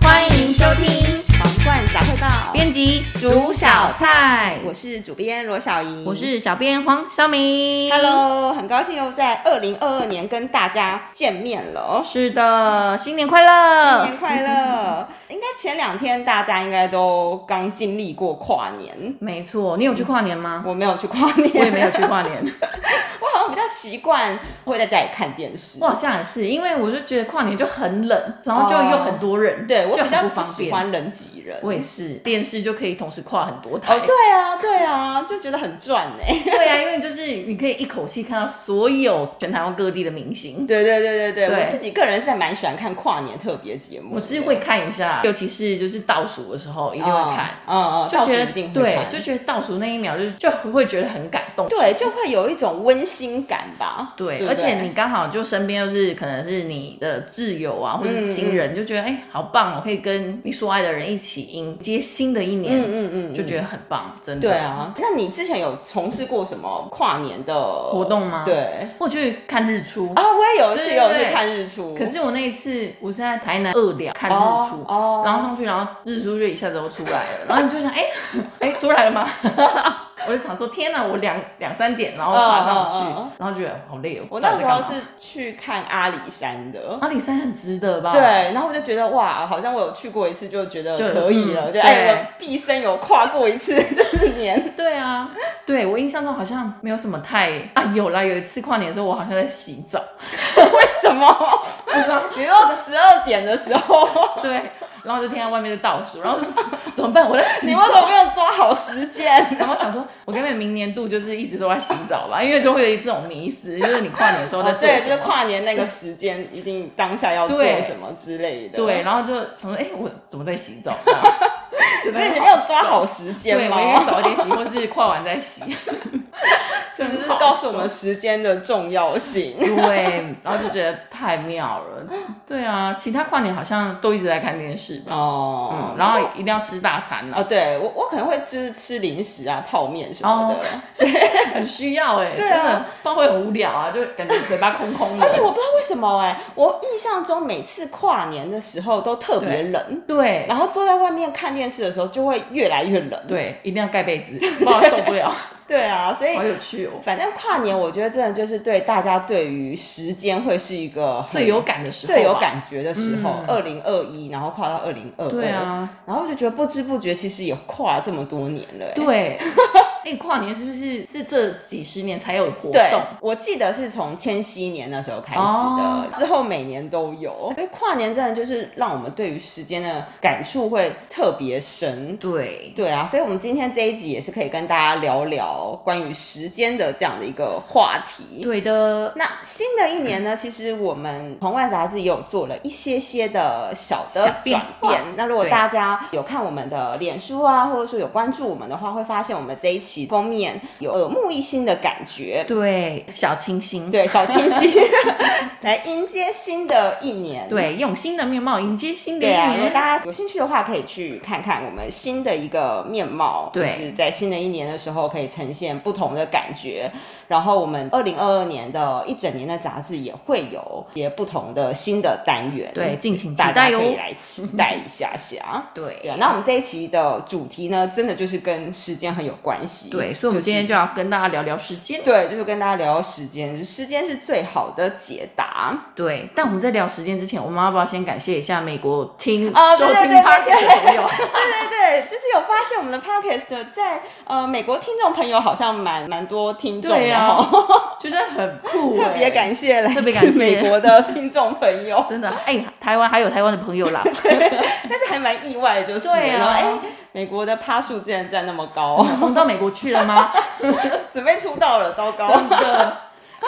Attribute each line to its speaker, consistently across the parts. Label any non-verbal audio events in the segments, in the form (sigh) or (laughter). Speaker 1: 欢迎收听《
Speaker 2: 皇冠杂货道》
Speaker 1: 编辑
Speaker 2: 煮小
Speaker 1: 菜
Speaker 2: 我是主编罗小怡，
Speaker 1: 我是小编黄小明。
Speaker 2: Hello，很高兴又在二零二二年跟大家见面了，
Speaker 1: 是的，新年快乐！
Speaker 2: 新年快乐！应该前两天大家应该都刚经历过跨年，
Speaker 1: 没错，你有去跨年吗？
Speaker 2: 我没有去跨年，
Speaker 1: 我也没有去，跨
Speaker 2: (laughs)
Speaker 1: 年，
Speaker 2: 我好像比较习惯会在家里看电视
Speaker 1: 我。好像也是，因为我就觉得跨年就很冷，然后就又很多人，
Speaker 2: 哦对我
Speaker 1: 就
Speaker 2: 比较
Speaker 1: 很
Speaker 2: 不
Speaker 1: 方
Speaker 2: 喜
Speaker 1: 便。
Speaker 2: 欢人挤人。
Speaker 1: 我也是，电视就可以同时跨很多台。
Speaker 2: 哦，对啊，对啊，就觉得很赚哎、
Speaker 1: 对啊，因为就是你可以一口气看到所有全台湾各地的明星。
Speaker 2: 对对对对对，
Speaker 1: 对
Speaker 2: 我自己个人是还蛮喜欢看跨年特别节目的，
Speaker 1: 我是会看一下，尤其是就是倒数的时候一
Speaker 2: 一
Speaker 1: 定会看，，
Speaker 2: 嗯嗯，
Speaker 1: 就
Speaker 2: 倒数
Speaker 1: 觉得
Speaker 2: 一定会
Speaker 1: 对
Speaker 2: 看，
Speaker 1: 就觉得倒数那一秒就就会觉得很感动。
Speaker 2: 对，就会有一种温馨感吧。
Speaker 1: 对，
Speaker 2: 不
Speaker 1: 而且你刚好就身边又是可能是你的挚友啊，或者
Speaker 2: 嗯
Speaker 1: 是亲人，就觉得哎、好棒哦，可以跟你所爱的人一起迎接新的一
Speaker 2: 嗯
Speaker 1: 年，
Speaker 2: 嗯嗯，
Speaker 1: 就觉
Speaker 2: 得
Speaker 1: 得很棒，真的。
Speaker 2: 对，啊。那你之前有从事过什么跨年的
Speaker 1: 活
Speaker 2: 活？
Speaker 1: 动吗？，
Speaker 2: 对
Speaker 1: 我去看日出，
Speaker 2: 啊，我也有一次
Speaker 1: 对
Speaker 2: 也有
Speaker 1: 对
Speaker 2: 去
Speaker 1: 对
Speaker 2: 看日出，
Speaker 1: 可是我那一次我是在台南二寮看日
Speaker 2: 哦
Speaker 1: 出。
Speaker 2: 哦，
Speaker 1: 然后上去，然后日出就一下子就出来了，然后你就想，哎、 (laughs) 哎、出来了吗？ (laughs) 我就想说，天哪，我两两三点，然后爬上去，
Speaker 2: 嗯嗯嗯
Speaker 1: 然后觉得好累哦。
Speaker 2: 我
Speaker 1: 到底
Speaker 2: 那时
Speaker 1: 在干
Speaker 2: 候
Speaker 1: 嘛啊
Speaker 2: 是去看阿里山的。
Speaker 1: 阿里山很值得吧？
Speaker 2: 对，，然后我就觉得哇，好像我有去过一次，就觉得
Speaker 1: 就
Speaker 2: 可以了，
Speaker 1: 嗯
Speaker 2: 就哎，我毕生有跨过一次 (laughs) 就是年。
Speaker 1: 对啊，对我印象中好像没有什么太啊，有啦，有一次跨年的时候，我好像在洗澡， (laughs)
Speaker 2: 为什么？ (laughs)
Speaker 1: 不知道
Speaker 2: 你说十二点的时候，
Speaker 1: (laughs) 对，然后就听到外面在倒数，然后就是 (laughs) 怎么办？我在洗
Speaker 2: 你为什么
Speaker 1: 澡。
Speaker 2: 没有抓好时间？
Speaker 1: 然后想说，我根本明年度就是一直都在洗澡吧，因为就会有这种迷思，就是你跨年的时候在
Speaker 2: 哦，
Speaker 1: 做
Speaker 2: 对，就
Speaker 1: 什
Speaker 2: 是
Speaker 1: 么？
Speaker 2: 跨年那个时间，一定当下要做
Speaker 1: 对
Speaker 2: 什么之类的。
Speaker 1: 对，，然后就想说，哎、我怎么在洗澡？这样就
Speaker 2: 所以
Speaker 1: 在
Speaker 2: 你没有抓好时
Speaker 1: 对，
Speaker 2: 间
Speaker 1: 我应该
Speaker 2: 吗？
Speaker 1: 早一点洗，或是跨完再洗，就
Speaker 2: 就是是告诉我们时间的重要
Speaker 1: (laughs)
Speaker 2: 性。
Speaker 1: 嗯对，然后就觉得太妙了。对啊，其他跨年好像都一直在看电视吧。
Speaker 2: 哦
Speaker 1: 嗯，然后一定要吃大餐啊
Speaker 2: 哦，
Speaker 1: 呢，
Speaker 2: 对我我可能会就是吃零食啊、泡面什么的，
Speaker 1: 哦很需要哎、
Speaker 2: 对啊
Speaker 1: 真的，不然会很无聊啊，就感觉嘴巴空空的。
Speaker 2: 而且我不知道为什么哎、我印象中每次跨年的时候都特别冷，
Speaker 1: 对
Speaker 2: 然后坐在外面看电视的时候就会越来越冷。
Speaker 1: 对，一定要盖被子，不然受不了。
Speaker 2: 对啊，所以
Speaker 1: 好有趣哦，
Speaker 2: 反正跨年我觉得真的就是对大家对于时间会是一个很
Speaker 1: 最有感的时候，
Speaker 2: 最有。感觉的时候，二
Speaker 1: 嗯
Speaker 2: 零二一，然后跨到二零二
Speaker 1: 对，啊，
Speaker 2: 然后就觉得不知不觉其实也跨了这么多年了、
Speaker 1: (laughs)
Speaker 2: 欸。
Speaker 1: 对。哎那个跨年是不是是这几十年才有活
Speaker 2: 对
Speaker 1: 动？，
Speaker 2: 我记得是从千禧年那时候开始的，
Speaker 1: 哦
Speaker 2: 之后每年都有。所以跨年真的就是让我们对于时间的感触会特别深。
Speaker 1: 对，
Speaker 2: 对啊，所以我们今天这一集也是可以跟大家聊聊关于时间的这样的一个话题。
Speaker 1: 对的，
Speaker 2: 那新的一年
Speaker 1: 嗯
Speaker 2: 呢，其实我们皇冠杂志也有做了一些些的小的
Speaker 1: 小
Speaker 2: 转
Speaker 1: 变
Speaker 2: 变
Speaker 1: 化。
Speaker 2: 那如果
Speaker 1: 对
Speaker 2: 大家有看我们的脸书啊，或者说有关注我们的话，会发现我们这一期封面有耳目一新的感觉。
Speaker 1: 对，小清新，
Speaker 2: 对，小清新
Speaker 1: (laughs)
Speaker 2: 来迎接新的一年。。
Speaker 1: 对，用新的面貌迎接新的一
Speaker 2: 对啊，如果
Speaker 1: 年。
Speaker 2: 大家有兴趣的话，可以去看看我们新的一个面貌，
Speaker 1: 对
Speaker 2: 就是在新的一年的时候可以呈现不同的感觉。然后我们二零二二年的一整年的杂志也会有一些不同的新的单元，
Speaker 1: 对，，敬请期
Speaker 2: 大
Speaker 1: 待
Speaker 2: 家可以
Speaker 1: 哟。
Speaker 2: 来期待
Speaker 1: (laughs)
Speaker 2: 一下下。对
Speaker 1: 对
Speaker 2: 啊，那我们这一期的主题呢，真的就是跟时间很有关系。
Speaker 1: 对，所以我们今天就要跟大家聊聊时间。
Speaker 2: 对，就是跟大家聊聊时间，时间是最好的解答。
Speaker 1: 对，但我们在聊时间之前，我们要不要先感谢一下美国听、
Speaker 2: 哦
Speaker 1: 收
Speaker 2: 对对
Speaker 1: 听
Speaker 2: 对
Speaker 1: p o d
Speaker 2: 对
Speaker 1: c 的朋友？ (laughs)
Speaker 2: 对对对，就是有发现我们的 podcast 在呃美国听众朋友好像蛮蛮多听众
Speaker 1: 对啊
Speaker 2: 的哦，
Speaker 1: 觉得很酷、
Speaker 2: 特别感
Speaker 1: 谢，
Speaker 2: 谢来
Speaker 1: 特别感
Speaker 2: 自
Speaker 1: 谢
Speaker 2: 美国的听众朋友， (laughs)
Speaker 1: 真的哎、台湾还有台湾的朋 (laughs) 友啦，
Speaker 2: 但是还蛮意外，就是
Speaker 1: 对啊
Speaker 2: 然后哎，美国的趴数竟然在那么
Speaker 1: (laughs)
Speaker 2: 高，
Speaker 1: 我们到美国去了 (laughs) 吗？
Speaker 2: 准备出道了，糟糕。
Speaker 1: 真的，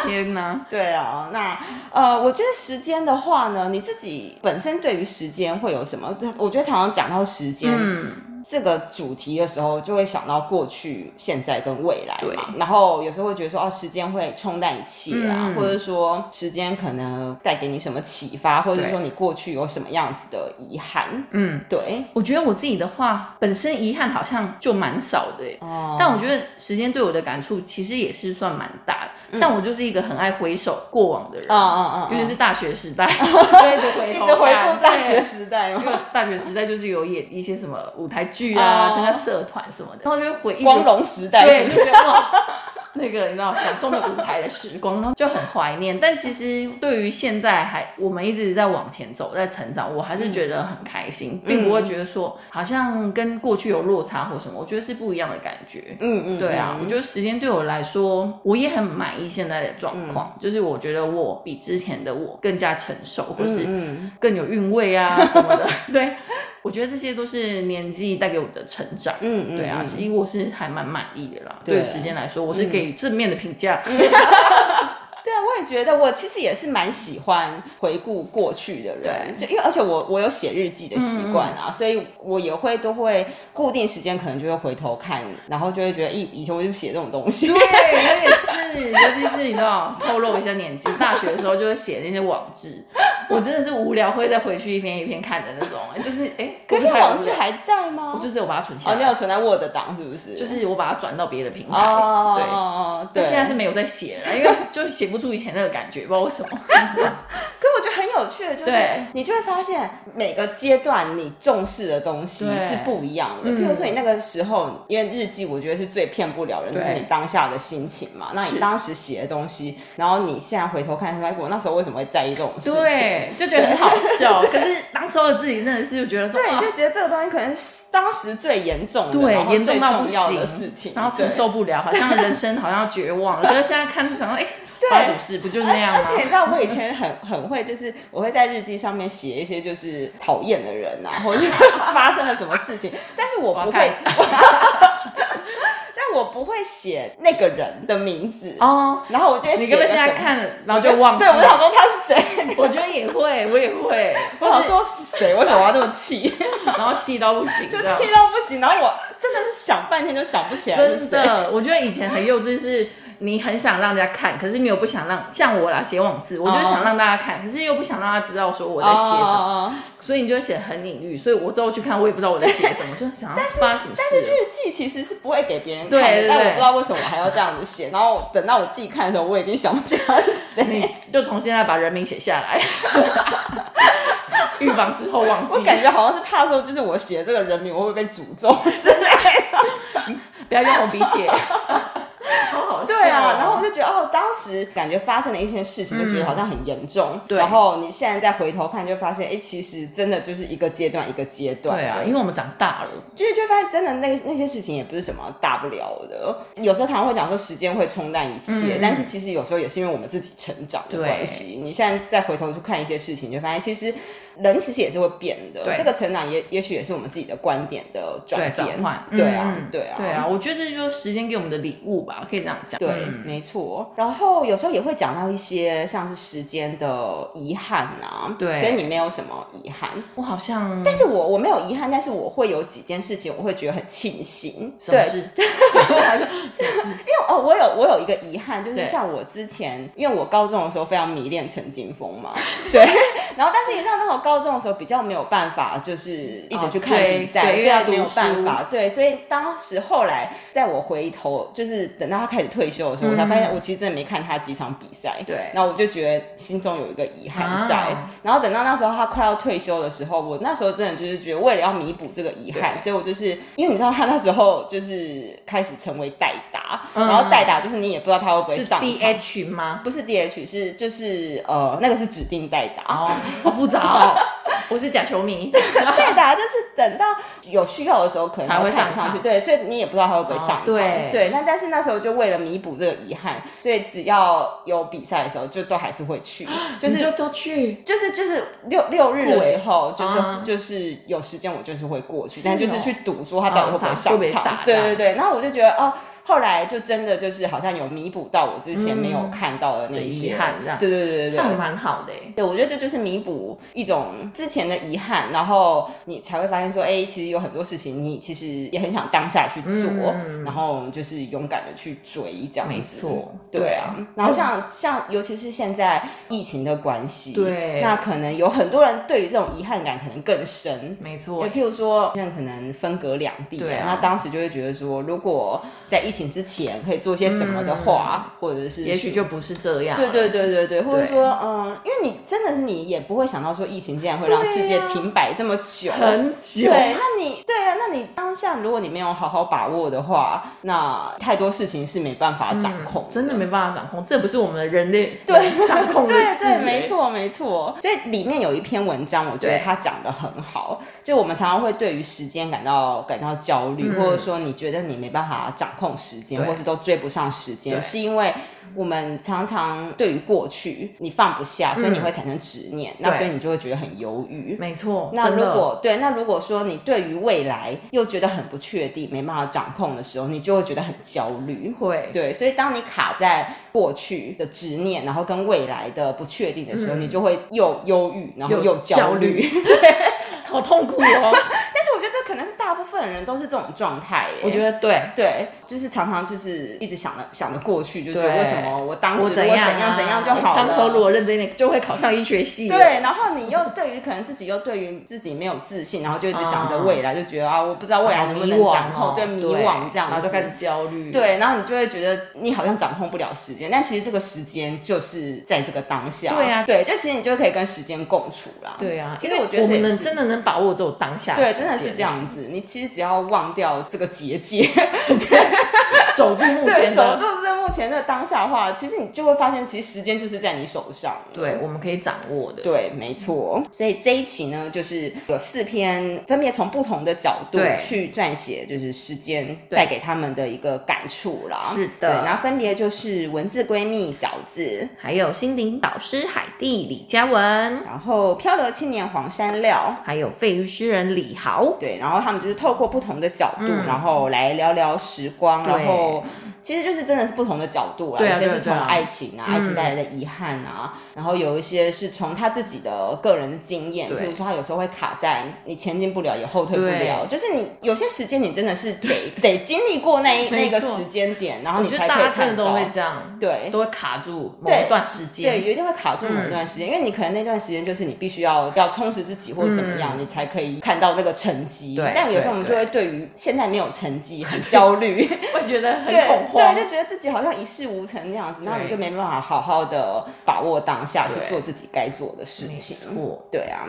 Speaker 1: 天哪！
Speaker 2: 对啊，那呃，我觉得时间的话呢，你自己本身对于时间会有什么？我觉得常常讲到时间，
Speaker 1: 嗯，
Speaker 2: 这个主题的时候，就会想到过去、现在跟未来
Speaker 1: 对
Speaker 2: 嘛。然后有时候会觉得说，哦，时间会冲淡一切啊，
Speaker 1: 嗯
Speaker 2: 或者说时间可能带给你什么启发，或者
Speaker 1: 对
Speaker 2: 说你过去有什么样子的遗憾。
Speaker 1: 嗯，
Speaker 2: 对，
Speaker 1: 我觉得我自己的话，本身遗憾好像就蛮少的耶、欸
Speaker 2: 哦
Speaker 1: 但我觉得时间对我的感触其实也是算蛮大的。像我就是一个很爱回首过往的人，
Speaker 2: 嗯嗯嗯，
Speaker 1: 尤其是大学时代，对，就回
Speaker 2: 一 (laughs) 直
Speaker 1: 头
Speaker 2: 回
Speaker 1: 看
Speaker 2: 顾大学
Speaker 1: 对
Speaker 2: 时代
Speaker 1: 因
Speaker 2: 嘛，
Speaker 1: 为大学时代就是有演一些什么舞台剧啊，
Speaker 2: 哦
Speaker 1: 参加社团什么的，然后就会回忆
Speaker 2: 光荣时代是
Speaker 1: 对，
Speaker 2: 不？
Speaker 1: 就是觉得哇， (laughs) 那个你知道，享受那个舞台的时光，然后就很怀念。但其实对于现在还我们一直在往前走，在成长，我还是觉得很开心，并不会觉得说好像跟过去有落差或什么，我觉得是不一样的感觉。
Speaker 2: 嗯嗯，
Speaker 1: 对啊，
Speaker 2: 嗯
Speaker 1: 我觉得时间对我来说，我也很满意现在的状况，
Speaker 2: 嗯
Speaker 1: 就是我觉得我比之前的我更加成熟，或是
Speaker 2: 嗯
Speaker 1: 更有韵味啊什么的。 (laughs) 对，我觉得这些都是年纪带给我的成长。
Speaker 2: 嗯嗯，
Speaker 1: 对啊，
Speaker 2: 嗯
Speaker 1: 其实我是还蛮满意的啦。
Speaker 2: 对
Speaker 1: 对嗯时间来说，我是给予正面的评价。
Speaker 2: 对啊，我也觉得，我其实也是蛮喜欢回顾过去的人，就因为而且我我有写日记的习惯
Speaker 1: 嗯
Speaker 2: 啊，所以我也会都会固定时间可能就会回头看，然后就会觉得，咦，以前我就写这种
Speaker 1: (laughs)
Speaker 2: 东西
Speaker 1: 对，，我也是，尤其是你知道，透露一下年纪，大学的时候就会写那些网 (laughs) 志，我真的是无聊会再回去一篇一篇看的那种，就是哎，诶
Speaker 2: 可是
Speaker 1: 我不太
Speaker 2: 网
Speaker 1: 无
Speaker 2: 志
Speaker 1: 聊
Speaker 2: 还在吗？
Speaker 1: 我就是我把它存下
Speaker 2: 哦，你
Speaker 1: 来，
Speaker 2: 有存在 Word 档是不是？
Speaker 1: 就是我把它转到别的平
Speaker 2: 哦
Speaker 1: 台，
Speaker 2: 哦
Speaker 1: 对。
Speaker 2: 哦，对，
Speaker 1: 但现在是没有在写了，因为就写不出以前那个感觉，不知道为什么。
Speaker 2: 可我觉得很有趣的就是
Speaker 1: 对，
Speaker 2: 你就会发现每个阶段你重视的东西
Speaker 1: 对
Speaker 2: 是不一样的。
Speaker 1: 嗯
Speaker 2: 譬如说你那个时候，因为日记我觉得是最骗不了人的，
Speaker 1: 对
Speaker 2: 就是你当下的心情嘛。那你当时写的东西，然后你现在回头看，说哎，我那时候为什么会在意这种事情？
Speaker 1: (laughs) 对， (laughs) 就觉得很好笑。可是当时候的自己真的是就觉得说，
Speaker 2: 对，
Speaker 1: 啊
Speaker 2: 就觉得这个东西可能是当时最严重的，
Speaker 1: 对
Speaker 2: 然后
Speaker 1: 严重
Speaker 2: 最
Speaker 1: 到不
Speaker 2: 重要
Speaker 1: 行
Speaker 2: 的事情，
Speaker 1: 然后承
Speaker 2: 对
Speaker 1: 受不了，好像人生好像要绝望了。可是现在看就想说，
Speaker 2: (laughs)
Speaker 1: 哎、
Speaker 2: 对
Speaker 1: 发生什么事？不就那样
Speaker 2: 而
Speaker 1: 吗
Speaker 2: 而？且你知道，我以前很 (laughs) 很会，就是我会在日记上面写一些就是讨厌的人啊，或
Speaker 1: (laughs)
Speaker 2: 者是发生了什么事情，但是我
Speaker 1: 我要
Speaker 2: 不会
Speaker 1: 看，
Speaker 2: (laughs) 但我不会写那个人的名字。
Speaker 1: 哦，
Speaker 2: 然后我就会写
Speaker 1: 你根本
Speaker 2: 个
Speaker 1: 现在
Speaker 2: 什么
Speaker 1: 看了，然
Speaker 2: 我
Speaker 1: 后就忘记
Speaker 2: 对，我
Speaker 1: 了。
Speaker 2: 想说他是谁，
Speaker 1: 我觉得也会，我也会，
Speaker 2: 我想说是谁，为什么要这么
Speaker 1: (laughs)
Speaker 2: 气，
Speaker 1: 然后气到不行，
Speaker 2: 就
Speaker 1: 这样
Speaker 2: 气到不行。然后我真的是想半天就想不起来是
Speaker 1: 真
Speaker 2: 谁。
Speaker 1: 的，我觉得以前很幼稚是。你很想让人家看，可是你又不想让像我啦写网字，我就是
Speaker 2: 哦
Speaker 1: 想让大家看可是又不想让他知道说我
Speaker 2: 我
Speaker 1: 在写什么
Speaker 2: 么？
Speaker 1: 所以你就会写得很隐喻。所以我之后去看，我也不知道我在写
Speaker 2: (laughs)
Speaker 1: 什么，就想要发生什么事了。
Speaker 2: 日记其实是不会给别人看
Speaker 1: 对
Speaker 2: 的，
Speaker 1: 对
Speaker 2: 但我
Speaker 1: 对
Speaker 2: 不知道为什么我还要这样子写。然后等到我自己看的时候，我已经想不起来是
Speaker 1: (laughs)
Speaker 2: 谁。
Speaker 1: 你就从现在把人名写下来，预防之后忘记。
Speaker 2: 我感觉好像是怕说，就是我写这个人名，我会被诅咒之类的。
Speaker 1: (laughs) 不要用红笔
Speaker 2: (laughs)
Speaker 1: 写，好好笑哦、
Speaker 2: 对啊，然后我就觉得哦，当时感觉发生的一些事情，就觉得好像很严重。
Speaker 1: 对
Speaker 2: 然后你现在再回头看，就会发现，哎、其实真的就是一个阶段一个阶段。
Speaker 1: 对啊，因为我们长大了，
Speaker 2: 就是就发现真的那个那些事情也不是什么大不了的。有时候常常会讲说时间会冲淡一切，
Speaker 1: 嗯
Speaker 2: 但是其实有时候也是因为我们自己成长的
Speaker 1: 对
Speaker 2: 关系。你现在再回头去看一些事情，就发现其实人其实也是会变的。
Speaker 1: 对
Speaker 2: 这个成长也也许也是我们自己的观点的
Speaker 1: 对
Speaker 2: 转
Speaker 1: 转
Speaker 2: 变。
Speaker 1: 换，
Speaker 2: 对啊
Speaker 1: 嗯，
Speaker 2: 对啊，
Speaker 1: 对啊，我觉得这就是时间给我们的礼物吧，可以这样讲。
Speaker 2: 对，
Speaker 1: 嗯
Speaker 2: 没错。然后有时候也会讲到一些像是时间的遗憾啊，
Speaker 1: 对
Speaker 2: 所以你没有什么遗憾，
Speaker 1: 我好像，
Speaker 2: 但是我我没有遗憾，但是我会有几件事情我会觉得很庆幸，
Speaker 1: 什么
Speaker 2: 对，
Speaker 1: 事？什么事
Speaker 2: 因为哦，我有我有一个遗憾，就是
Speaker 1: 对
Speaker 2: 像我之前，因为我高中的时候非常迷恋陈金
Speaker 1: (laughs)
Speaker 2: 峰嘛，对，然后但是也让那时候高中的时候比较没有办法，就是一直去看
Speaker 1: 哦对
Speaker 2: 比赛，
Speaker 1: 对因为
Speaker 2: 对啊，
Speaker 1: 要读
Speaker 2: 没有
Speaker 1: 书
Speaker 2: 办法，对，所以当时后来在我回头，就是等到他开始退休的时候，我才发现我其实真的没看他几场比赛，
Speaker 1: 嗯对
Speaker 2: 然后我就觉得心中有一个遗憾在，
Speaker 1: 啊
Speaker 2: 然后等到那时候他快要退休的时候，我那时候真的就是觉得为了要弥补这个遗憾，
Speaker 1: 对
Speaker 2: 所以我就是因为你知道他那时候就是开始成为代打，
Speaker 1: 嗯
Speaker 2: 然后代打就是你也不知道他会不会
Speaker 1: 是
Speaker 2: 上场，
Speaker 1: D H 吗？
Speaker 2: 不是 DH 是就是呃那个是指定代打，
Speaker 1: 哦， (laughs) 好复杂哦，我是假球迷。
Speaker 2: 代打就是等到有需要的时候可能
Speaker 1: 才会
Speaker 2: 派
Speaker 1: 上
Speaker 2: 上去，
Speaker 1: 场
Speaker 2: 对，所以你也不知道他会不会上场，
Speaker 1: 哦对
Speaker 2: 对，那但是那时候就为了弥补这个遗憾，所以只要有比赛的时候就都还是会去，就
Speaker 1: 啊你
Speaker 2: 是
Speaker 1: 就都去，
Speaker 2: 就是就是六六日的时候，
Speaker 1: 酷
Speaker 2: 就
Speaker 1: 欸
Speaker 2: 是、
Speaker 1: 啊
Speaker 2: 就是有时间我就是会过去，
Speaker 1: 是哦
Speaker 2: 但就是去赌说他到底会不会
Speaker 1: 啊
Speaker 2: 上
Speaker 1: 会不会
Speaker 2: 场。
Speaker 1: 打
Speaker 2: 对
Speaker 1: 这
Speaker 2: 对
Speaker 1: 样
Speaker 2: 对，然后我就觉得哦，后来就真的就是好像有弥补到我之前没有看到的那一
Speaker 1: 嗯嗯
Speaker 2: 些
Speaker 1: 遗憾这样
Speaker 2: 对对对对
Speaker 1: 这
Speaker 2: 对，
Speaker 1: 样蛮好的欸、
Speaker 2: 对，我觉得这就是弥补一种之前的遗憾，然后你才会发现说，哎、其实有很多事情你其实也很想当下去做，
Speaker 1: 嗯
Speaker 2: 然后就是勇敢的去追这样子。
Speaker 1: 没错
Speaker 2: 对啊。然后像、像尤其是现在疫情的关系，
Speaker 1: 对
Speaker 2: 那可能有很多人对于这种遗憾感可能更深。
Speaker 1: 没
Speaker 2: 也
Speaker 1: 错，
Speaker 2: 譬如说，现在可能分隔两地、
Speaker 1: 对啊
Speaker 2: 那当时就会觉得说，如果在疫情之前可以做些什么的话，或者是
Speaker 1: 嗯也许
Speaker 2: 去
Speaker 1: 就不是这样。
Speaker 2: 对对。对对对，或者
Speaker 1: 对
Speaker 2: 说，嗯，因为你真的是你也不会想到说疫情竟然会让世界停摆这么久。
Speaker 1: 啊很久，
Speaker 2: 对，那你对啊，那你当下如果你没有好好把握的话，那太多事情是没办法掌控、
Speaker 1: 嗯真的没办法掌控，这不是我们人类
Speaker 2: (laughs) 对
Speaker 1: 能掌控的
Speaker 2: 对
Speaker 1: 事、
Speaker 2: 对，没。错没错。所以里面有一篇文章，我觉得
Speaker 1: 对
Speaker 2: 他讲的很好。就我们常常会对于时间感到感到焦虑，或者说你觉得你没办法掌控时间，
Speaker 1: 对
Speaker 2: 或是都追不上时间，
Speaker 1: 对
Speaker 2: 是因为。我们常常对于过去你放不下，所以你会产生执念，那
Speaker 1: 对
Speaker 2: 所以你就会觉得很犹豫。
Speaker 1: 没错，
Speaker 2: 那
Speaker 1: 真
Speaker 2: 如
Speaker 1: 的
Speaker 2: 果对，那如果说你对于未来又觉得很不确定，没办法掌控的时候，你就会觉得很焦虑。
Speaker 1: 会，
Speaker 2: 对，所以当你卡在过去的执念，然后跟未来的不确定的时候，你就会又忧郁，然
Speaker 1: 嗯
Speaker 2: 后
Speaker 1: 又
Speaker 2: 又
Speaker 1: 焦
Speaker 2: 焦虑。
Speaker 1: 虑好痛苦哦。
Speaker 2: (laughs) 但是我觉得这可能是大部分人都是这种状态耶。
Speaker 1: 我觉得对，
Speaker 2: 对，就是常常就是一直想着想着过去，就是
Speaker 1: 对
Speaker 2: 为什么我当时
Speaker 1: 我
Speaker 2: 我怎
Speaker 1: 样
Speaker 2: 样
Speaker 1: 怎
Speaker 2: 怎样就好了。
Speaker 1: 当时候如果认真一点，就会考上医学系了。
Speaker 2: 对，然后你又对于可能自己又对于自己没有自信，然后就一直想着未来，就觉得啊，我不知道未来
Speaker 1: 好
Speaker 2: 能
Speaker 1: 迷惘哦，
Speaker 2: 不能掌控，对，迷惘这样
Speaker 1: 然
Speaker 2: 子，
Speaker 1: 后就开始焦虑。，
Speaker 2: 对，然后你就会觉得你好像掌控不了时间，但其实这个时间就是在这个当下。
Speaker 1: 对啊
Speaker 2: 对，就其实你就可以跟时间共处啦。
Speaker 1: 对啊，
Speaker 2: 其
Speaker 1: 因
Speaker 2: 实
Speaker 1: 为
Speaker 2: 我觉得这
Speaker 1: 们
Speaker 2: 也
Speaker 1: 能
Speaker 2: 是
Speaker 1: 真的能把握只有当下，
Speaker 2: 对，真的是这，样子。你其实只要忘掉这个结界，
Speaker 1: 守住目
Speaker 2: 对，
Speaker 1: 前
Speaker 2: 守
Speaker 1: 的，
Speaker 2: 住这目前的当下的话，其实你就会发现，其实时间就是在你手上。
Speaker 1: 对，我们可以掌握的。
Speaker 2: 对，没错。
Speaker 1: 嗯
Speaker 2: 所以这一期呢，就是有四篇，分别从不同的角度
Speaker 1: 对
Speaker 2: 去撰写，就是时间
Speaker 1: 对
Speaker 2: 带给他们的一个感触啦。
Speaker 1: 是的
Speaker 2: 对然后分别就是文字闺蜜饺子，
Speaker 1: 还有心灵导师海蒂李嘉文，
Speaker 2: 然后漂流青年黄山料。
Speaker 1: 还有废墟诗人李豪，
Speaker 2: 对，然后他们就是透过不同的角度，
Speaker 1: 嗯
Speaker 2: 然后来聊聊时光，
Speaker 1: 对
Speaker 2: 然后其实就是真的是不同的角度啦，
Speaker 1: 对啊
Speaker 2: 有些
Speaker 1: 对啊对
Speaker 2: 是从
Speaker 1: 啊
Speaker 2: 爱情啊，
Speaker 1: 嗯
Speaker 2: 爱情带来的遗憾啊，然后有一些是从他自己的个人的经验，
Speaker 1: 对
Speaker 2: 比如说他有时候会卡在你前进不了也后退不
Speaker 1: 对
Speaker 2: 了，就是你有些时间你真的是得得经历过那一那
Speaker 1: 没
Speaker 2: 个
Speaker 1: 错
Speaker 2: 时间点，然后
Speaker 1: 我
Speaker 2: 你
Speaker 1: 觉
Speaker 2: 才
Speaker 1: 得
Speaker 2: 可以
Speaker 1: 大家真的
Speaker 2: 看
Speaker 1: 都
Speaker 2: 到
Speaker 1: 会，这样，
Speaker 2: 对。
Speaker 1: 都会卡住某
Speaker 2: 对
Speaker 1: 一段时
Speaker 2: 对，
Speaker 1: 间。
Speaker 2: 有一定会卡住某一段时间，因为你可能那段时间就是你必须要要充实自己或者怎么样，你才可以看到那个成绩。
Speaker 1: 对
Speaker 2: 但有时候我们就会对于现在没有成绩很焦虑，
Speaker 1: 会觉得
Speaker 2: (laughs)
Speaker 1: 很
Speaker 2: 对
Speaker 1: 恐慌
Speaker 2: 对，。就觉得自己好像一事无成那样子，然后你
Speaker 1: 对
Speaker 2: 就没办法好好的把握当下去
Speaker 1: 对
Speaker 2: 做自己该做的事
Speaker 1: 没
Speaker 2: 情。
Speaker 1: 错，
Speaker 2: 对啊，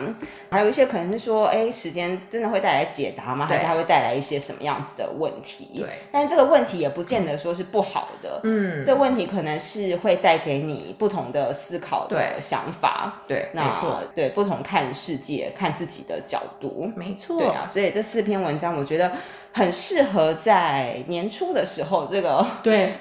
Speaker 2: 还有一些可能是说，哎，时间真的会带来解答吗？
Speaker 1: 对
Speaker 2: 还是它会带来一些什么样子的问题？
Speaker 1: 对，
Speaker 2: 但这个问题也不见得说是不好的，
Speaker 1: 嗯，
Speaker 2: 这问题可能是会带给你不同的思考的
Speaker 1: 对
Speaker 2: 想法，
Speaker 1: 对，没
Speaker 2: 那
Speaker 1: 错，
Speaker 2: 对不同看世界、看自己的角度。
Speaker 1: 没
Speaker 2: 对
Speaker 1: 错，
Speaker 2: 啊，所以这四篇文章我觉得很适合在年初的时候，这
Speaker 1: (laughs)
Speaker 2: 个
Speaker 1: 对，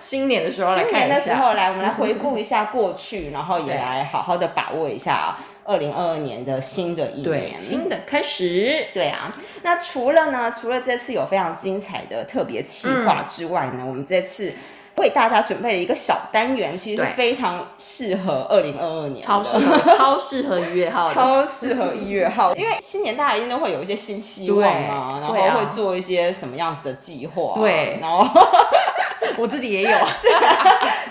Speaker 1: 新年的时候来
Speaker 2: 新年
Speaker 1: 看
Speaker 2: 的
Speaker 1: 一
Speaker 2: 时
Speaker 1: 下，
Speaker 2: 候来，
Speaker 1: (laughs)
Speaker 2: 我们来回顾一下过去，然后也
Speaker 1: 对
Speaker 2: 来好好的把握一下二零二二年的新的一
Speaker 1: 对，
Speaker 2: 年。
Speaker 1: 新的开始，
Speaker 2: 对啊，那除了呢，除了这次有非常精彩的特别企
Speaker 1: 嗯
Speaker 2: 划之外呢，我们这次为大家准备了一个小单元，其实是
Speaker 1: 对
Speaker 2: 非常适合二零二二年的，
Speaker 1: 超适合，超适合一月号的，
Speaker 2: 超适合一月号，因为新年大家一定都会有一些新希望啊，
Speaker 1: 对
Speaker 2: 然
Speaker 1: 会啊
Speaker 2: 后会做一些什么样子的计划、啊，
Speaker 1: 对
Speaker 2: 然后
Speaker 1: 我自己也
Speaker 2: (laughs)
Speaker 1: 有，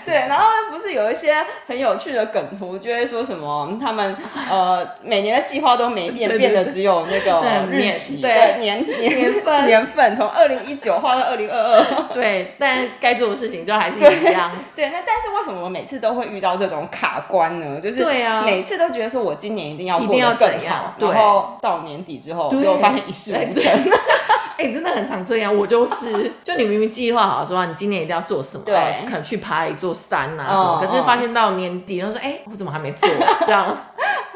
Speaker 2: 对，然后不是有一些很有趣的梗图，就会说什么嗯他们呃每年的计划都没变，
Speaker 1: 对对
Speaker 2: 变得只有那个
Speaker 1: 对
Speaker 2: 日
Speaker 1: 年
Speaker 2: 期，
Speaker 1: 对
Speaker 2: 年年
Speaker 1: 年份
Speaker 2: 年份，从二零一九画到二零二二。
Speaker 1: 对，但该做的事情就还是一样，
Speaker 2: 对，那但是为什么我每次都会遇到这种卡关呢？就是
Speaker 1: 对啊
Speaker 2: 每次都觉得说我今年一定要
Speaker 1: 一定
Speaker 2: 过得
Speaker 1: 要
Speaker 2: 更
Speaker 1: 怎
Speaker 2: 好
Speaker 1: 样，
Speaker 2: 然
Speaker 1: 对
Speaker 2: 后到年底之后
Speaker 1: 对
Speaker 2: 又发现一事无成。
Speaker 1: (laughs) 哎、真的很常这样，我就是，就你明明计划好说、啊、你今年一定要做什么，
Speaker 2: 对
Speaker 1: 啊可能去爬一座山啊什
Speaker 2: 嗯
Speaker 1: 么，可是
Speaker 2: 嗯 (laughs)
Speaker 1: 发现到年底，然后说，哎、我怎么还没做？这样，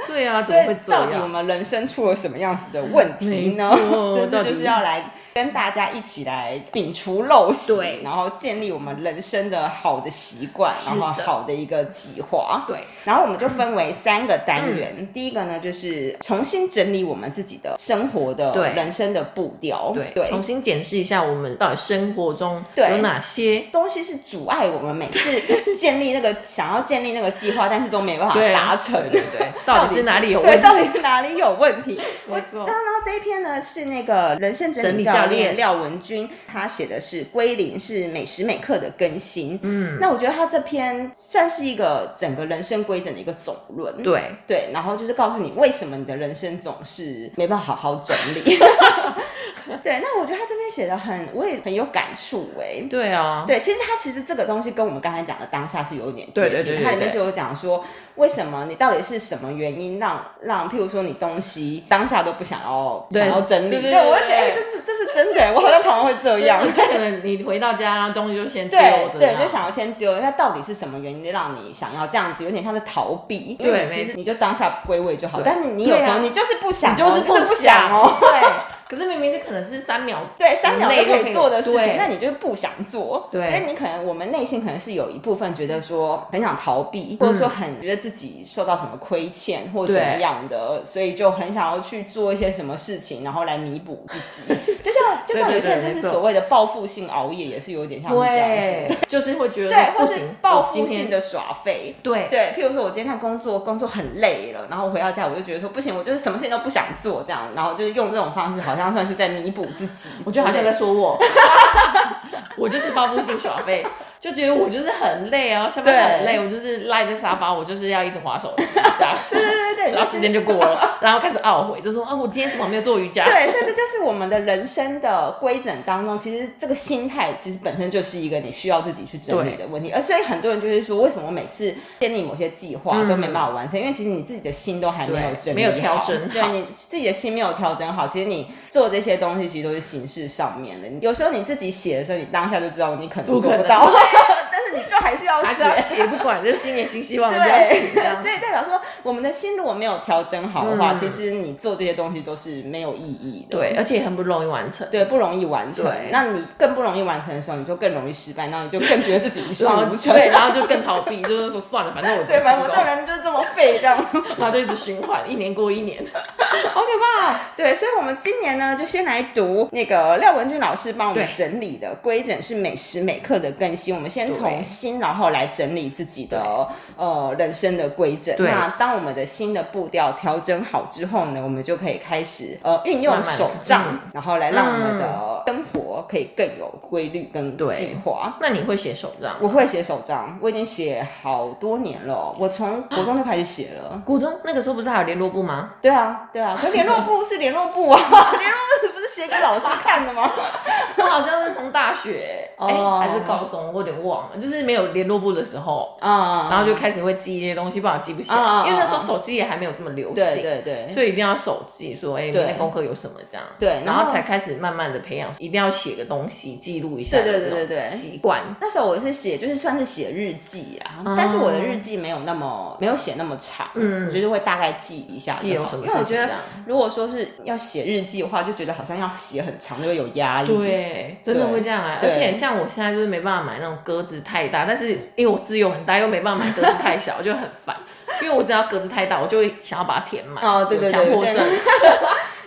Speaker 1: 对啊，怎
Speaker 2: 所
Speaker 1: 么会
Speaker 2: 以
Speaker 1: 这
Speaker 2: 到底我
Speaker 1: 样？
Speaker 2: 们人生出了什么样子的问题呢？
Speaker 1: 没错
Speaker 2: 这次
Speaker 1: 到底
Speaker 2: (laughs) 就是要来跟大家一起来摒除陋习，
Speaker 1: 对
Speaker 2: 然后建立我们人生的好的习惯，
Speaker 1: 是
Speaker 2: 然
Speaker 1: 的
Speaker 2: 后好的一个计划。
Speaker 1: 对，
Speaker 2: 然后我们就分为三个单元，
Speaker 1: 嗯
Speaker 2: 第一个呢就是重新整理我们自己的生活的
Speaker 1: 对
Speaker 2: 人生的步调，
Speaker 1: 对，
Speaker 2: 对，
Speaker 1: 重新检视一下我们到底生活中
Speaker 2: 对
Speaker 1: 有哪些
Speaker 2: 东西是阻碍我们每次建立那个想要建立那个计划，但是都没办法
Speaker 1: 对
Speaker 2: 达成。
Speaker 1: 对对
Speaker 2: (laughs)
Speaker 1: 对到底是哪里有问
Speaker 2: 对，
Speaker 1: 题
Speaker 2: 到底是哪里有问题？
Speaker 1: 没错
Speaker 2: 然后呢，这一篇呢是那个人生整
Speaker 1: 整
Speaker 2: 理
Speaker 1: 理
Speaker 2: 教
Speaker 1: 教
Speaker 2: 练
Speaker 1: 练
Speaker 2: 廖文君，他写的是归零，是每时每刻的更新。
Speaker 1: 嗯，
Speaker 2: 那我觉得他这篇算是一个整个人生规整的一个总论。
Speaker 1: 对。
Speaker 2: 对，然后就是告诉你为什么你的人生总是没办法好好整
Speaker 1: (laughs)
Speaker 2: 理。对，那我觉得他这边写的很，我也很有感触哎、
Speaker 1: 对啊，
Speaker 2: 对，其实它其实这个东西跟我们刚才讲的当下是有点接近
Speaker 1: 对
Speaker 2: 的，
Speaker 1: 对对对
Speaker 2: 它里面
Speaker 1: 对
Speaker 2: 就有讲说，为什么你到底是什么原因让让，譬如说你东西当下都不想要
Speaker 1: 对
Speaker 2: 想要整理，
Speaker 1: 对对对
Speaker 2: 我就觉得哎、
Speaker 1: 对
Speaker 2: 这是这是真的欸，我好像常常会这样
Speaker 1: 对。就可能你回到家，然后东西就先丢
Speaker 2: 对
Speaker 1: 着，
Speaker 2: 对，
Speaker 1: 这
Speaker 2: 就
Speaker 1: 样
Speaker 2: 想要先丢。那到底是什么原因让你想要这样子？有点像是逃避，因为
Speaker 1: 对
Speaker 2: 你其
Speaker 1: 没
Speaker 2: 实
Speaker 1: 错
Speaker 2: 你就当下归位就好。
Speaker 1: 对
Speaker 2: 但是你有时
Speaker 1: 对
Speaker 2: 候
Speaker 1: 啊
Speaker 2: 你就是不想哦，
Speaker 1: 你就是
Speaker 2: 不
Speaker 1: 不
Speaker 2: 想哦。
Speaker 1: 对，可是明明这可能是三秒，
Speaker 2: 对，三秒就
Speaker 1: 内
Speaker 2: 可
Speaker 1: 就可
Speaker 2: 以
Speaker 1: 以
Speaker 2: 做的事情
Speaker 1: 对，
Speaker 2: 那你就是不想做。
Speaker 1: 对
Speaker 2: 所以你可能我们内心可能是有一部分觉得说很想逃避，
Speaker 1: 嗯
Speaker 2: 或者说很觉得自己受到什么亏欠或怎么样的，所以就很想要去做一些什么事情，然后来弥补自己。
Speaker 1: (laughs)
Speaker 2: 就像就像有些人就
Speaker 1: 对对对
Speaker 2: 是
Speaker 1: 没错
Speaker 2: 所谓的报复性熬夜，也是有点像是这样子。
Speaker 1: 对，就是会觉得
Speaker 2: 对，
Speaker 1: 不
Speaker 2: 或是
Speaker 1: 行，
Speaker 2: 报
Speaker 1: 我今
Speaker 2: 复性
Speaker 1: 天
Speaker 2: 的耍废，
Speaker 1: 对
Speaker 2: 对，譬如说我今天看工作，工作很累了，然后回到家我就觉得说不行，我就是什么事情都不想做这样，然后就是用这种方式，好像算是在弥补自己。
Speaker 1: 我觉得好像在说我， (laughs) 我就是报复性耍废， (laughs) 就觉得我就是很累啊，下班很累，我就是赖在沙发，我就是要一直划手
Speaker 2: (laughs)
Speaker 1: 机这样，
Speaker 2: 对对对对，
Speaker 1: 然后时间就过了，然后开始懊悔，就说啊，我今天怎么没有做瑜伽？
Speaker 2: 对，所以这就是我们的人生的规整当中，其实这个心态其实本身就是一个你需要自己去整理的问题。而呃所以很多人就是说，为什么我每次建立某些计划
Speaker 1: 嗯
Speaker 2: 都没办法完成？因为其实你自己的心都还没有
Speaker 1: 对
Speaker 2: 整理
Speaker 1: 没有
Speaker 2: 好
Speaker 1: 调整
Speaker 2: 对
Speaker 1: 好
Speaker 2: 你自己的心没有调整好，其实你做这些东西其实都是形式上面的。有时候你自己写的时候，你当下就知道你可能
Speaker 1: 不
Speaker 2: 做
Speaker 1: 可
Speaker 2: 不
Speaker 1: 能
Speaker 2: 到， (laughs) 但是你就还是要
Speaker 1: 还是
Speaker 2: 写。
Speaker 1: 要写，不管就新年新希望，我们就要写哦这
Speaker 2: 对，
Speaker 1: 样
Speaker 2: 所。以代表说，我们的心如果没有调整好的话，
Speaker 1: 嗯
Speaker 2: 其实你做这些东西都是没有意义的。
Speaker 1: 对，而且很不容易完成，
Speaker 2: 对，不容易完成
Speaker 1: 对。
Speaker 2: 那你更不容易完成的时候，你就更容易失败，然后你就更觉得自己
Speaker 1: (laughs)
Speaker 2: 一事
Speaker 1: 然后
Speaker 2: 无成。
Speaker 1: 对，然后就更逃避，就是说算了，反正我
Speaker 2: 对，反正我这
Speaker 1: 成
Speaker 2: 种
Speaker 1: 功
Speaker 2: 人就是这么废，这样。
Speaker 1: 然后就一直循环，一年过一年，好可怕哦、
Speaker 2: 对，所以我们今年呢，就先来读那个廖文君老师帮我们
Speaker 1: 对
Speaker 2: 整理的规整是每时每刻的更新。我们先从
Speaker 1: 对
Speaker 2: 心，然后来整理自己的呃人生的规整。
Speaker 1: 对
Speaker 2: 那当我们的新的步调调整好之后呢，我们就可以开始呃运用
Speaker 1: 慢慢
Speaker 2: 手账，
Speaker 1: 嗯
Speaker 2: 然后来让我们的生活可以更有规律跟
Speaker 1: 对
Speaker 2: 计划。
Speaker 1: 那你会写手账？
Speaker 2: 我会写手账，我已经写好多年了哦，我从国中就开始写了。
Speaker 1: 国中那个时候不是还有联络簿吗？
Speaker 2: 对啊，对啊，可是联络簿是联络簿啊， (laughs) 联络簿不是写给老师看的吗？
Speaker 1: 我好像是从大学，哎、
Speaker 2: 哦
Speaker 1: 还是高中，我有点忘了，就是没有联络簿的时候，
Speaker 2: 啊、
Speaker 1: 然后就开始会记一些东西，不好记不起来，
Speaker 2: 啊啊啊
Speaker 1: 因为那时候手机也还没有这么流行。
Speaker 2: 对对对
Speaker 1: 所以一定要手记，说哎，
Speaker 2: 对
Speaker 1: 明天功课有什么这样，
Speaker 2: 对然
Speaker 1: 然
Speaker 2: 后
Speaker 1: 后才开始慢慢的培养，一定要写个东西记录一下，
Speaker 2: 对对对对对
Speaker 1: 习惯，
Speaker 2: 那时候我是写，就是算是写日记啊，
Speaker 1: 嗯
Speaker 2: 但是我的日记没有那么没有写那么长，
Speaker 1: 嗯
Speaker 2: 我觉得会大概记一下就好，
Speaker 1: 记有哦什么
Speaker 2: 因为
Speaker 1: 事
Speaker 2: 我
Speaker 1: 情
Speaker 2: 觉
Speaker 1: 这
Speaker 2: 得
Speaker 1: 样，
Speaker 2: 如果说是要写日记的话，就觉得好像要写很长，就会有压力。
Speaker 1: 对，真的
Speaker 2: 对
Speaker 1: 会这样啊！
Speaker 2: 对
Speaker 1: 而且像我现在就是没办法买那种格子太大，但是因为我字又很大，又没办法买格子太小，就很烦。因为我只要格子太大，我就会想要把它填满。
Speaker 2: 哦对对
Speaker 1: 有强
Speaker 2: 对
Speaker 1: 迫
Speaker 2: 所以
Speaker 1: 症，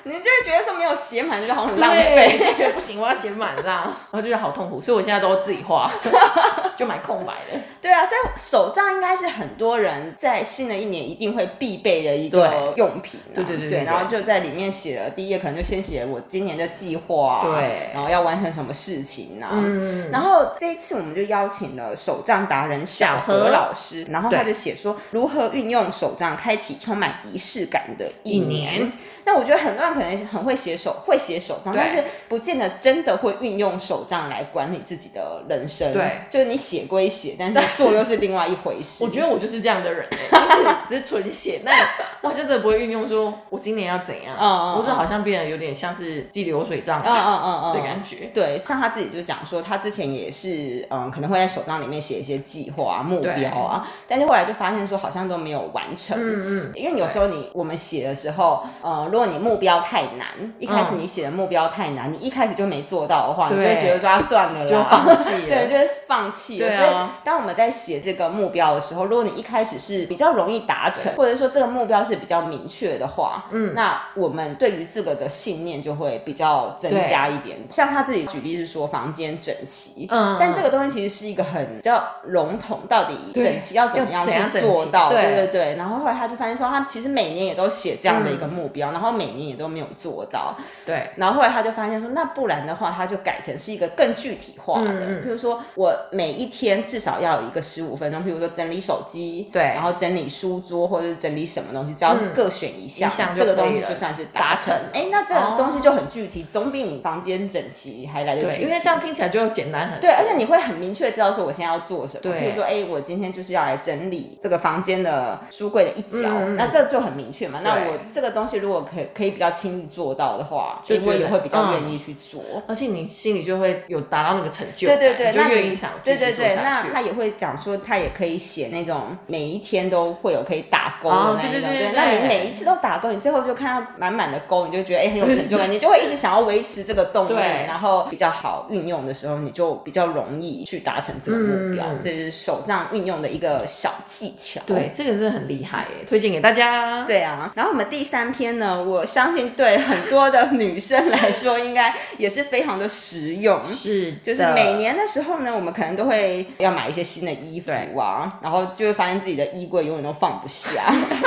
Speaker 2: 你就会觉得说没有写满就好像很
Speaker 1: 对
Speaker 2: 浪费。
Speaker 1: 就觉得不行， (laughs) 我要写满这样，然后就觉得好痛苦，所以我现在都自己画， (laughs) 就买空白的。
Speaker 2: 对啊，所以手账应该是很多人在新的一年一定会必备的一个
Speaker 1: 对
Speaker 2: 用品啊、
Speaker 1: 对对对对对
Speaker 2: 然后就在里面写了第一页，可能就先写我今年的计划、啊，
Speaker 1: 对
Speaker 2: 然后要完成什么事情啊。
Speaker 1: 嗯，
Speaker 2: 然后这一次我们就邀请了手账达人小何
Speaker 1: 小何
Speaker 2: 老师，然后他
Speaker 1: 对
Speaker 2: 就写说如何运用手账开启充满仪式感的一
Speaker 1: 一
Speaker 2: 年
Speaker 1: 年。
Speaker 2: 那我觉得很多人可能很会写手，会写手账，
Speaker 1: 嗯对
Speaker 2: 但是不见得真的会运用手账来管理自己的人生。
Speaker 1: 对
Speaker 2: 就是你写归写，但是做又是另外一回事。
Speaker 1: 我觉得我就是这样的人、欸，就是只是纯写，但我好像真的不会运用说我今年要怎样，
Speaker 2: 嗯嗯嗯
Speaker 1: 我就好像变得有点像是记流水账
Speaker 2: (laughs) 嗯嗯嗯嗯
Speaker 1: 的感觉。
Speaker 2: 对，像他自己就讲说，他之前也是，嗯，可能会在手账里面写一些计划、啊、目标啊，但是后来就发现说好像都没有完成。
Speaker 1: 嗯嗯，
Speaker 2: 因为有时候你我们写的时候，呃，如果你目标太难，一开始你写的目标太难，你一开始就没做到的话，你就会
Speaker 1: 嗯对
Speaker 2: 觉得说啊算了啦，
Speaker 1: 就放弃了
Speaker 2: (laughs) 对，就是放弃了。
Speaker 1: 对
Speaker 2: 所以
Speaker 1: 啊
Speaker 2: 当我们在写这个目标的时候，如果你一开始是比较容易达成，或者说这个目标是比较明确的话，
Speaker 1: 嗯
Speaker 2: 那我们对于这个的信念就会比较增加一点。像他自己举例是说房间整齐，
Speaker 1: 嗯
Speaker 2: 但这个东西其实是一个很比较笼统，到底
Speaker 1: 对
Speaker 2: 整齐要怎么
Speaker 1: 要怎样
Speaker 2: 去
Speaker 1: 整齐
Speaker 2: 做到？
Speaker 1: 对
Speaker 2: 对对对。然后后来他就发现说，他其实每年也都写这样的一个目
Speaker 1: 嗯
Speaker 2: 标，然后每年也都没有做到。
Speaker 1: 对，
Speaker 2: 然后后来他就发现说，那不然的话，他就改成是一个更具体化的，
Speaker 1: 嗯嗯
Speaker 2: 譬如说我每一天至少要有一个十五分钟，譬如说整理手机，
Speaker 1: 对
Speaker 2: 然后整理书桌或者是整理什么东西，只要
Speaker 1: 嗯
Speaker 2: 各选一项，
Speaker 1: 一项就
Speaker 2: 这个
Speaker 1: 可以
Speaker 2: 东西
Speaker 1: 了
Speaker 2: 就算是
Speaker 1: 达
Speaker 2: 达成
Speaker 1: 成了。
Speaker 2: 哎，那这个
Speaker 1: 哦
Speaker 2: 东西就很具体，总比你房间整齐还来得具
Speaker 1: 对，
Speaker 2: 体。
Speaker 1: 因为这样听起来就简单很多。
Speaker 2: 对，而且你会很明确知道说我现在要做什么。
Speaker 1: 对
Speaker 2: 比如说，哎、我今天就是要来整理这个房间的书柜的一角，
Speaker 1: 嗯嗯嗯
Speaker 2: 那这就很明确嘛。那
Speaker 1: 对
Speaker 2: 我这个东西如果可以可以比较轻易做到的话，
Speaker 1: 就
Speaker 2: 诶
Speaker 1: 觉
Speaker 2: 我
Speaker 1: 得嗯
Speaker 2: 也会比较愿意去做。
Speaker 1: 而且你心里就会有达到那个成就
Speaker 2: 对
Speaker 1: 感，
Speaker 2: 对对，
Speaker 1: 你就
Speaker 2: 那
Speaker 1: 愿
Speaker 2: 你
Speaker 1: 意想继
Speaker 2: 对
Speaker 1: 续
Speaker 2: 对
Speaker 1: 做
Speaker 2: 对，
Speaker 1: 下
Speaker 2: 那
Speaker 1: 去。
Speaker 2: 他也会讲说，他也可以写那种每一天都会有可以打勾的
Speaker 1: 哦
Speaker 2: 那一
Speaker 1: 对
Speaker 2: 种。
Speaker 1: 对对对
Speaker 2: 那你
Speaker 1: 对
Speaker 2: 每一次都打勾，你最后就看到满满的勾，你就觉得哎、诶很有成就感，你就会一直想要维持这个动力，
Speaker 1: 对
Speaker 2: 然后比较好运用的时候，你就比较容易去达成这个目标。
Speaker 1: 嗯
Speaker 2: 这就是手账运用的一个小技巧。
Speaker 1: 对，这个真的很厉害耶，推荐给大家。
Speaker 2: 对啊，然后我们第三篇呢，我相信对很多的女生来说，应该也是非常的实用。
Speaker 1: 是的，
Speaker 2: 就是每年的时候呢，我们可能都会要买一些新的衣服啊，然后就会发现自己的衣柜永远都放不下，
Speaker 1: (laughs)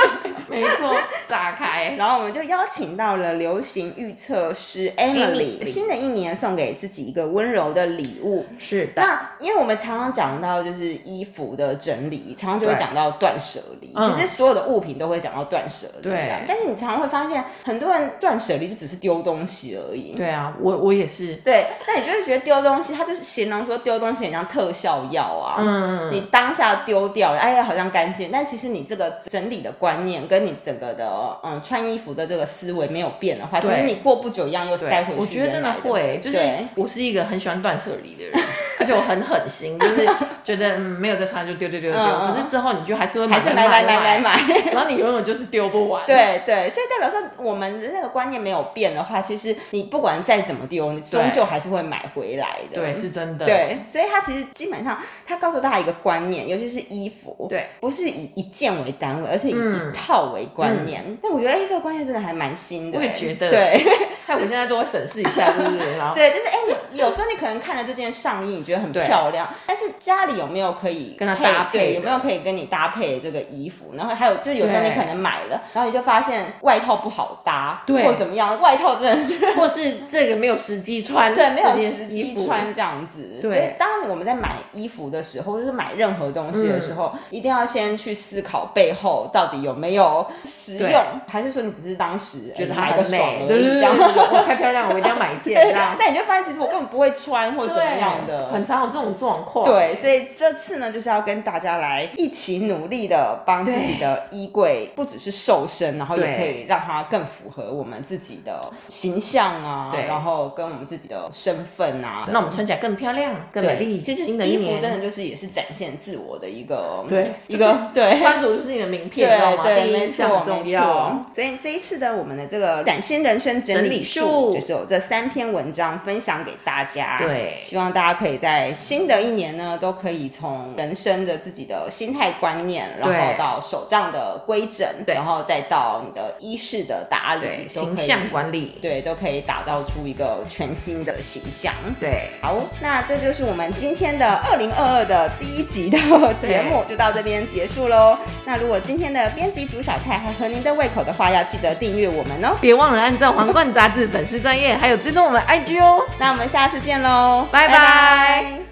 Speaker 1: 没错，炸开。
Speaker 2: 然后我们就邀请到了流行预测师 Emily，
Speaker 1: Emily
Speaker 2: 新的一年送给自己一个温柔的礼物。
Speaker 1: 是的，
Speaker 2: 那因为我们常常讲到就是衣服的整理，常常就会
Speaker 1: 对
Speaker 2: 讲到断舍离。
Speaker 1: 嗯
Speaker 2: 其实所有的物品都会讲到断舍离啊，
Speaker 1: 对
Speaker 2: 但是你常常会发现，很多人断舍离就只是丢东西而已。
Speaker 1: 对啊，我我也是，
Speaker 2: 对，那你就会觉得丢东西，他就是形容说丢东西很像特效药啊。
Speaker 1: 嗯，
Speaker 2: 你当下丢掉了，哎呀，好像干净，但其实你这个整理的观念跟你整个的嗯穿衣服的这个思维没有变的话，其
Speaker 1: 对
Speaker 2: 实你过不久一样又塞
Speaker 1: 嗯对
Speaker 2: 回，去。
Speaker 1: 我觉得真的会，就是
Speaker 2: 对
Speaker 1: 我是一个很喜欢断舍离的人，而且我很狠心，就是觉得嗯没有再穿就丢丢丢丢，
Speaker 2: 嗯嗯
Speaker 1: 可是之后你就还是会
Speaker 2: 还
Speaker 1: 买
Speaker 2: 是
Speaker 1: 买
Speaker 2: 买买买买
Speaker 1: 买，
Speaker 2: 买。
Speaker 1: 然后你永远就是丢不完。
Speaker 2: (laughs) 对对，所以代表说我们的那个观念没有变的话，其实你不管再怎么丢，你终
Speaker 1: 对
Speaker 2: 究还是会买回来的。
Speaker 1: 对，是真的。
Speaker 2: 对，所以他其实基本上，他告诉大家一个观念，尤其是衣服，
Speaker 1: 对，
Speaker 2: 不是以一件为单位，而是以
Speaker 1: 嗯
Speaker 2: 一套为观念。但我觉得，哎、这个观念真的还蛮新的、欸
Speaker 1: 我也觉得
Speaker 2: 对，
Speaker 1: 害我现在都会审视一下，是不是？然后
Speaker 2: 对，就是哎、你有时候你可能看了这件上衣，你觉得很
Speaker 1: 对
Speaker 2: 漂亮，但是家里有没有可以
Speaker 1: 跟它搭配
Speaker 2: 对
Speaker 1: 的
Speaker 2: 有没有可以跟你搭配这个衣服？然后还有就是有时候你
Speaker 1: 对
Speaker 2: 可能买了，然后你就发现外套不好搭，
Speaker 1: 对
Speaker 2: 或怎么样，外套真的是
Speaker 1: 或是这个没有时机穿，
Speaker 2: 对，没有
Speaker 1: 这件
Speaker 2: 实
Speaker 1: 衣
Speaker 2: 际
Speaker 1: 服
Speaker 2: 穿这样子。
Speaker 1: 对
Speaker 2: 所以当我们在买衣服的时候，就是买任何东西的时
Speaker 1: 嗯
Speaker 2: 候，一定要先去思考背后到底有没有实
Speaker 1: 对
Speaker 2: 用，还是说你只是当时
Speaker 1: 觉得
Speaker 2: 哎买
Speaker 1: 还
Speaker 2: 个
Speaker 1: 很
Speaker 2: 爽
Speaker 1: 美，
Speaker 2: 而
Speaker 1: 对对
Speaker 2: 已
Speaker 1: 对
Speaker 2: 这
Speaker 1: 对，
Speaker 2: 样。
Speaker 1: 我太漂亮，我一定要买一
Speaker 2: (laughs)
Speaker 1: 件这样。
Speaker 2: 但你就发现，其实我根本不会穿或者怎么样
Speaker 1: 对
Speaker 2: 的
Speaker 1: 很。常有这种状况。，
Speaker 2: 对，所以这次呢，就是要跟大家来一起努力的帮自己的衣柜，不只是瘦身，然后也
Speaker 1: 对
Speaker 2: 可以让它更符合我们自己的形象啊，
Speaker 1: 对
Speaker 2: 然后跟我们自己的身份啊，
Speaker 1: 那我们穿起来更漂亮、更美
Speaker 2: 对，
Speaker 1: 丽。
Speaker 2: 其实
Speaker 1: 新的
Speaker 2: 衣
Speaker 1: 一
Speaker 2: 服
Speaker 1: 年
Speaker 2: 真的就是也是展现自我的一个
Speaker 1: 对
Speaker 2: 一
Speaker 1: 就是
Speaker 2: 个对。
Speaker 1: 穿着就是你的名片，你知道吗？
Speaker 2: 对 (laughs) 对，
Speaker 1: 第一
Speaker 2: 没
Speaker 1: 印象
Speaker 2: 错，
Speaker 1: 很重
Speaker 2: 没
Speaker 1: 要。
Speaker 2: 错。所以这一次呢，我们的这个崭新人生整
Speaker 1: 整
Speaker 2: 理
Speaker 1: 理
Speaker 2: 术，
Speaker 1: 术
Speaker 2: 就是有这三篇文章分享给大家。
Speaker 1: 对
Speaker 2: 希望大家可以在新的一年呢，都可以从人生的自己的心态观念，然后
Speaker 1: 对
Speaker 2: 到手账的规整，
Speaker 1: 对
Speaker 2: 然后再到你的衣饰的打理，
Speaker 1: 对，
Speaker 2: 都可以
Speaker 1: 形象，管理。
Speaker 2: 对，都可以打造出一个全新的形象。
Speaker 1: 对，哦
Speaker 2: 好，那这就是我们今天的二零二二的第一集的节目，就到这边结束喽。那如果今天的编辑煮小菜还合您的胃口的话，要记得订阅我们哦。
Speaker 1: 别忘了按照皇冠杂志粉丝专业，还有追踪我们 IG 哦。
Speaker 2: 那我们下次见喽，
Speaker 1: 拜拜